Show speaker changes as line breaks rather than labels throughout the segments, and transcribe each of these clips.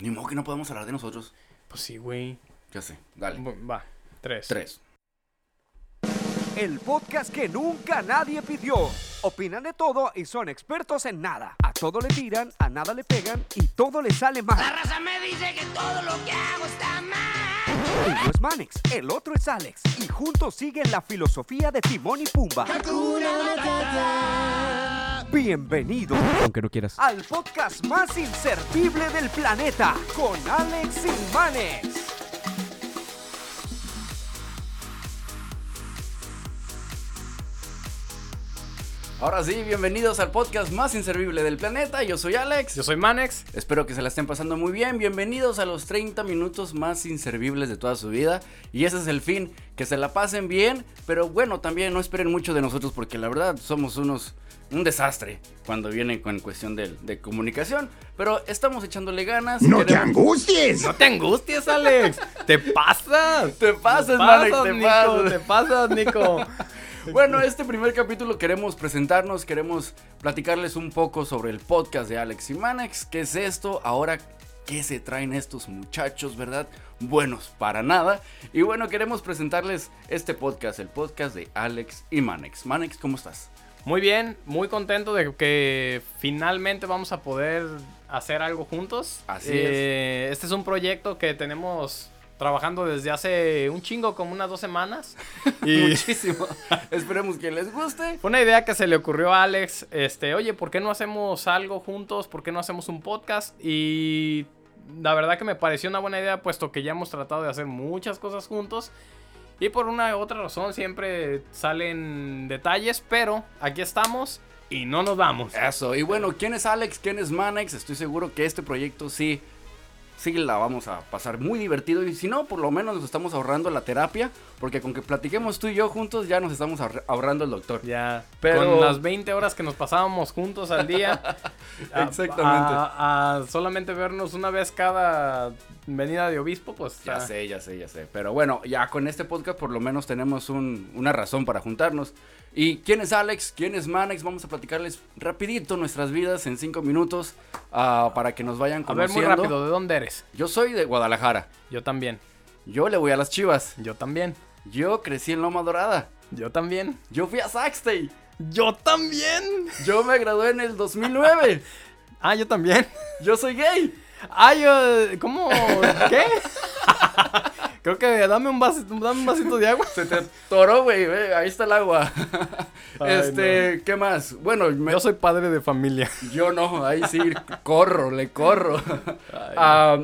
Ni modo que no podemos hablar de nosotros.
Pues sí, güey.
Ya sé, dale.
Bu- Va, tres.
Tres.
El podcast que nunca nadie pidió. Opinan de todo y son expertos en nada. A todo le tiran, a nada le pegan y todo le sale mal.
raza me dice que todo lo que hago está mal.
Uno es Manex, el otro es Alex y juntos siguen la filosofía de Timón y Pumba. Bienvenido
Aunque no quieras.
al podcast más inservible del planeta con Alex y Manex.
Ahora sí, bienvenidos al podcast más inservible del planeta. Yo soy Alex.
Yo soy Manex.
Espero que se la estén pasando muy bien. Bienvenidos a los 30 minutos más inservibles de toda su vida. Y ese es el fin. Que se la pasen bien. Pero bueno, también no esperen mucho de nosotros porque la verdad somos unos... Un desastre cuando viene con cuestión de, de comunicación. Pero estamos echándole ganas.
¡No te
Queremos-
angusties!
No te angusties, Alex. Te pasas.
Te pasas, Manex, te
Nico,
pasas.
Te pasas, Nico.
Bueno, este primer capítulo queremos presentarnos, queremos platicarles un poco sobre el podcast de Alex y Manex. ¿Qué es esto? Ahora, ¿qué se traen estos muchachos, verdad? Buenos para nada. Y bueno, queremos presentarles este podcast, el podcast de Alex y Manex. Manex, ¿cómo estás?
Muy bien, muy contento de que finalmente vamos a poder hacer algo juntos.
Así
Eh, Este es un proyecto que tenemos trabajando desde hace un chingo, como unas dos semanas. Y
Muchísimo. Esperemos que les guste.
fue una idea que se le ocurrió a Alex, este, oye, ¿por qué no hacemos algo juntos? ¿Por qué no hacemos un podcast? Y la verdad que me pareció una buena idea, puesto que ya hemos tratado de hacer muchas cosas juntos. Y por una u otra razón siempre salen detalles, pero aquí estamos y no nos vamos.
Eso. Y bueno, ¿quién es Alex? ¿Quién es Manex? Estoy seguro que este proyecto sí. Sí, la vamos a pasar muy divertido. Y si no, por lo menos nos estamos ahorrando la terapia. Porque con que platiquemos tú y yo juntos, ya nos estamos ahor- ahorrando el doctor.
Ya,
Pero-
con las 20 horas que nos pasábamos juntos al día. a-
Exactamente.
A, a solamente vernos una vez cada venida de obispo, pues.
Ya
ah,
sé, ya sé, ya sé. Pero bueno, ya con este podcast por lo menos tenemos un- una razón para juntarnos. ¿Y quién es Alex? ¿Quién es Manex? Vamos a platicarles rapidito nuestras vidas en cinco minutos ah, para que nos vayan
A ver,
conociendo.
muy rápido, ¿de dónde eres?
Yo soy de Guadalajara.
Yo también.
Yo le voy a las chivas.
Yo también.
Yo crecí en Loma Dorada.
Yo también.
Yo fui a Saxtay.
Yo también.
Yo me gradué en el 2009.
Ah, yo también.
Yo soy gay.
Ay, yo. ¿Cómo? ¿Qué? Creo que dame un, vasito, dame un vasito de agua.
Se te toró, güey. ve, Ahí está el agua.
Ay,
este, ¿qué más? Bueno, me-
Yo soy padre de familia.
yo no. Ahí sí corro, le corro. Ah,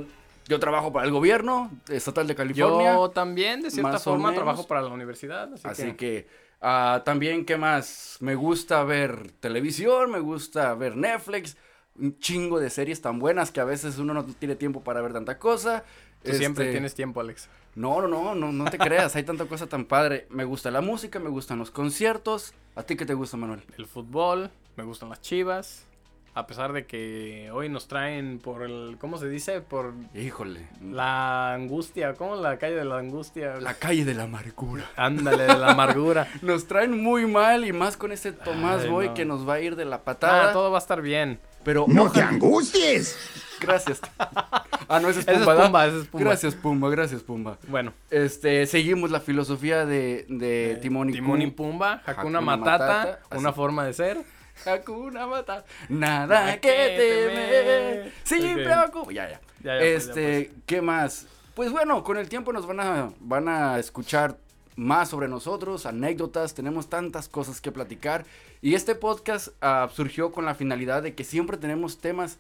yo trabajo para el gobierno estatal de California.
Yo también, de cierta
más o
forma,
menos.
trabajo para la universidad. Así,
Así
que...
que ah, también, ¿qué más? Me gusta ver televisión, me gusta ver Netflix, un chingo de series tan buenas que a veces uno no tiene tiempo para ver tanta cosa.
Tú siempre
Este,
tienes tiempo, Alex.
No, no, no, no, no te creas, hay tanta cosa tan padre. Me gusta la música, me gustan los conciertos. ¿A ti qué te gusta, Manuel?
el fútbol, me gustan las chivas. A pesar de que hoy nos traen por el. ¿Cómo se dice? Por
Híjole. La,
la angustia. ¿Cómo la calle de la angustia?
calle de la amargura.
Ándale, de la amargura.
Nos traen muy mal y más con este Tomás
Ay,
Boy
no.
que nos va a ir de la
Ah,
patada.
todo va a estar bien.
Pero
¡No te
ojalá-
angusties!
gracias. Ah, no, ese es
Ese es
Pumba, ¿verdad?
Pumba, ese es Pumba.
Gracias, Pumba, gracias, Pumba.
Bueno.
Este, seguimos la filosofía de, de Eh, Timón y
Timón y
Pumba.
Pumba, Hakuna,
Hakuna
Matata,
Matata,
una
así.
forma de ser.
Hakuna Matata. Nada que temer. Sin
Ok.
preocup- Ya, ya.
Ya, ya, pues, ya,
este, ¿qué más? Pues bueno, con el tiempo nos van a, van a escuchar más sobre nosotros, anécdotas, tenemos tantas cosas que platicar. Y este podcast ah, surgió con la finalidad de que siempre tenemos temas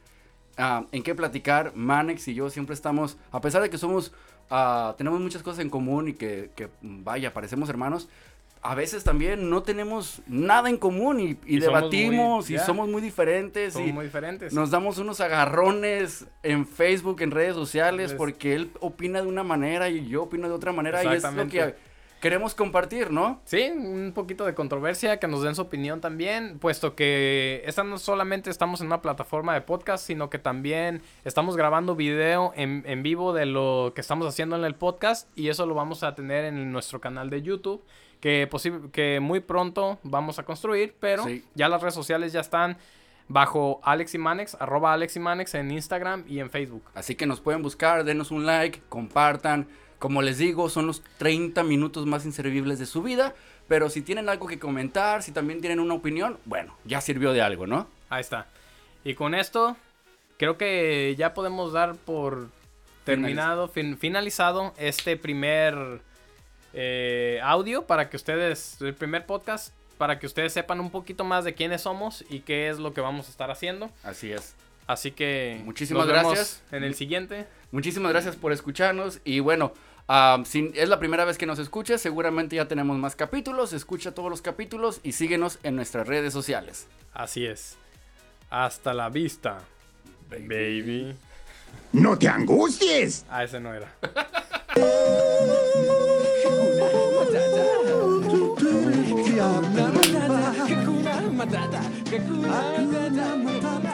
ah, en qué platicar. Manex y yo siempre estamos, a pesar de que somos, ah, tenemos muchas cosas en común y que, que, vaya, parecemos hermanos. A veces también no tenemos nada en común y, y
Y somos
debatimos
muy-
y
ya.
somos muy diferentes.
Son
y
muy diferentes.
nos damos unos agarrones en Facebook, en redes sociales,
Es-
porque él opina de una manera y yo opino de otra manera. Y es lo que
Exactamente.
queremos compartir, ¿no?
Sí, un poquito de controversia, que nos den su opinión también, puesto que esta no solamente estamos en una plataforma de podcast, sino que también estamos grabando video en, en vivo de lo que estamos haciendo en el podcast y eso lo vamos a tener en nuestro canal de YouTube, que, posi- que muy pronto vamos a construir, pero
Sí.
ya las redes sociales ya están bajo Alex y Manex, arroba Alex y Manex en Instagram y en Facebook.
Así que nos pueden buscar, denos un like, compartan. Como les digo, son los 30 minutos más inservibles de su vida. Pero si tienen algo que comentar, si también tienen una opinión, bueno, ya sirvió de algo, ¿no?
Ahí está. Y con esto, creo que ya podemos dar por terminado, fin- finalizado este primer eh, audio para que ustedes, el primer podcast, para que ustedes sepan un poquito más de quiénes somos y qué es lo que vamos a estar haciendo.
Así es.
Así que
Muchísimas
nos vemos
gracias.
En el siguiente.
Muchísimas gracias por escucharnos y bueno, ah, si es la primera vez que nos escuchas, seguramente ya tenemos más capítulos, escucha todos los capítulos y síguenos en nuestras redes sociales.
Así es. Hasta la vista, baby.
¡No te angusties!
Ah, ese no era.
Hakuna Matata, Hakuna Matata, Hakuna Matata.